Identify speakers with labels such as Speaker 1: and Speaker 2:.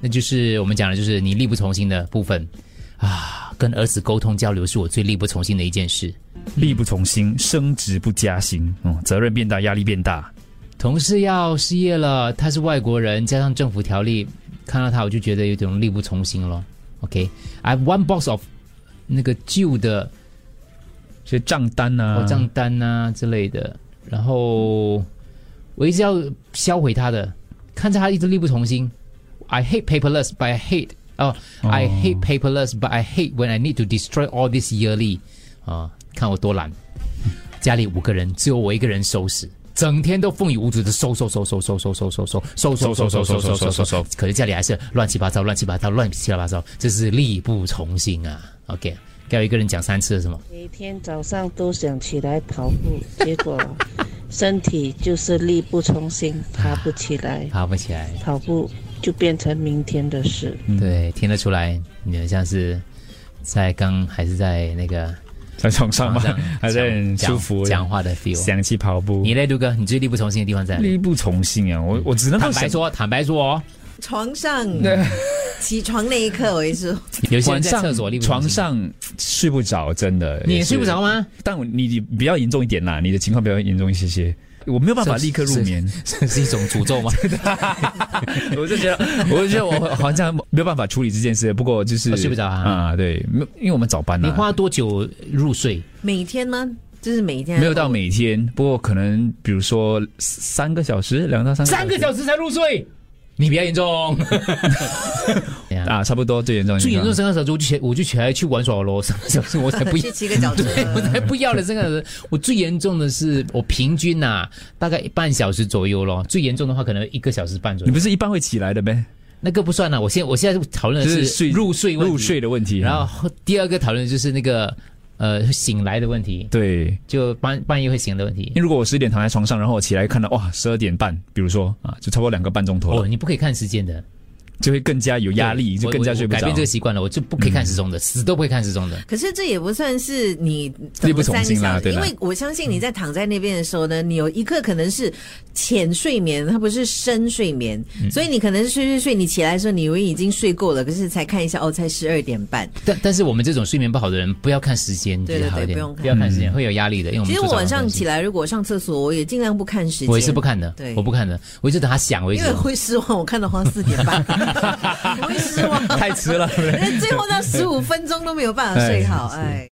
Speaker 1: 那就是我们讲的，就是你力不从心的部分啊。跟儿子沟通交流是我最力不从心的一件事。
Speaker 2: 力不从心，升职不加薪，嗯，责任变大，压力变大，
Speaker 1: 同事要失业了，他是外国人，加上政府条例，看到他我就觉得有种力不从心咯。OK，I、have one box of 那个旧的
Speaker 2: 所以账单啊，
Speaker 1: 哦账单啊之类的，然后我一直要销毁他的，看着他一直力不从心。I hate paperless, but I hate 哦、i hate paperless, but I hate when I need to destroy all this yearly 啊、看我多懒，家里五个人，只有我一个人收拾。整天都风雨无阻的收收收收收收收收收收收收收收收收收收，可是家里还是乱七八糟乱七八糟乱七八糟，这是力不从心啊。OK，该有一个人讲三次是吗？
Speaker 3: 每天早上都想起来跑步，结果身体就是力不从心，爬不起来，
Speaker 1: 爬不起来。
Speaker 3: 跑步就变成明天的事。
Speaker 1: 对，听得出来，你好像是在刚还是在那个
Speaker 2: 在床上嘛
Speaker 1: 床上，
Speaker 2: 还是很
Speaker 1: 哦讲
Speaker 2: 舒服，
Speaker 1: 讲话的 feel。
Speaker 2: 想起跑步
Speaker 1: 你，嘞，杜哥，你最力不从心的地方在哪里？
Speaker 2: 力不从心啊！我我只能够
Speaker 1: 坦白
Speaker 2: 想，
Speaker 1: 说，坦白说哦，
Speaker 4: 床上起床那一刻，我一说
Speaker 1: 有些人
Speaker 2: 晚
Speaker 1: 在
Speaker 2: 上
Speaker 1: 厕所力不从
Speaker 2: 床
Speaker 1: 心，
Speaker 2: 上睡不着，真的
Speaker 1: 你也
Speaker 2: 是
Speaker 1: 睡不着吗？
Speaker 2: 但我你你比较严重一点啦，你的情况比较严重一些些。我没有办法
Speaker 1: 是
Speaker 2: 立刻入 眠，
Speaker 1: 这 是一种诅咒吗？
Speaker 2: 我就觉 得，我就觉得我好像没有办法处理这件事。不过就是
Speaker 1: 哦睡不着啊
Speaker 2: 啊，对，没有因为我们早班
Speaker 1: 你
Speaker 2: 啊，
Speaker 1: 花多久入睡？
Speaker 4: 每天吗？就是每天
Speaker 2: 没有到每天，不过可能比如说三个小时，两到三个
Speaker 1: 三个小时才入睡，你比较严 重。啊，
Speaker 2: 啊，差不多最严重的
Speaker 1: 最
Speaker 2: 情
Speaker 1: 严
Speaker 2: 况。
Speaker 1: 重三个小时，我就起我就起来去玩耍咯。三个小时我才不
Speaker 4: 呃去骑个 脚车，
Speaker 1: 对，我才不要了这个人。我最严重的是，我平均呐、大概半小时左右咯。最严重的话，可能一个小时半左
Speaker 2: 你
Speaker 1: 右
Speaker 2: 不。是一般会起来的呗？
Speaker 1: 那个不算了、我现在我现在讨论
Speaker 2: 就
Speaker 1: 的
Speaker 2: 是
Speaker 1: 呃是
Speaker 2: 睡
Speaker 1: 入睡问题
Speaker 2: 入睡，嗯的问题。
Speaker 1: 然后第二个讨论就是那个呃醒来的问题，
Speaker 2: 对，
Speaker 1: 就半半夜会醒的问题
Speaker 2: 因为。如果我十点躺在床上，然后我起来看到哇十二点半，比如说啊，就差不多两个半钟头了，
Speaker 1: 哦，你不可以看时间的，
Speaker 2: 就会更加有压力，
Speaker 1: 对
Speaker 2: 就
Speaker 1: 我
Speaker 2: 更加
Speaker 1: 我
Speaker 2: 睡
Speaker 1: 我
Speaker 2: 不
Speaker 1: 改
Speaker 2: 着嗯
Speaker 1: 变这。个习惯了，我就不可以看时钟的，死都不会看时钟的。
Speaker 4: 可是这也不算是你
Speaker 2: 力不从心啦
Speaker 4: 三个小时
Speaker 2: 对
Speaker 4: 因
Speaker 2: 啦
Speaker 4: 为我相信你在躺在那边的时候呢，你有一刻可能是浅睡眠，它不是深睡眠，
Speaker 2: 嗯
Speaker 4: 所以你可能是睡睡睡，你起来的时候你以为已经睡过了，可是才看一下哦，
Speaker 2: 嗯
Speaker 4: 才十二点半。
Speaker 1: 但但是我们这种睡眠不好的人，不要看时间比
Speaker 4: 对
Speaker 1: 较
Speaker 4: 对
Speaker 1: 好一
Speaker 4: 对
Speaker 1: 点，
Speaker 4: 不用看
Speaker 1: 要看时间，
Speaker 2: 嗯
Speaker 1: 会有压力的。
Speaker 2: 哦
Speaker 1: 因为我
Speaker 4: 其
Speaker 1: 们
Speaker 4: 实
Speaker 1: 做
Speaker 4: 我
Speaker 1: 早
Speaker 4: 晚上
Speaker 1: 东西
Speaker 4: 起来，如果上厕所，我也尽量不看时间，
Speaker 1: 我也是不看的，
Speaker 4: 对
Speaker 1: 我不看的，我一直等他响为
Speaker 4: 因
Speaker 1: 止
Speaker 4: 为。会失望，我看到好像四点半， 我会失望，
Speaker 1: 哦
Speaker 2: 太迟了。
Speaker 4: 因为最后那十五分钟都没有办法睡好，哎。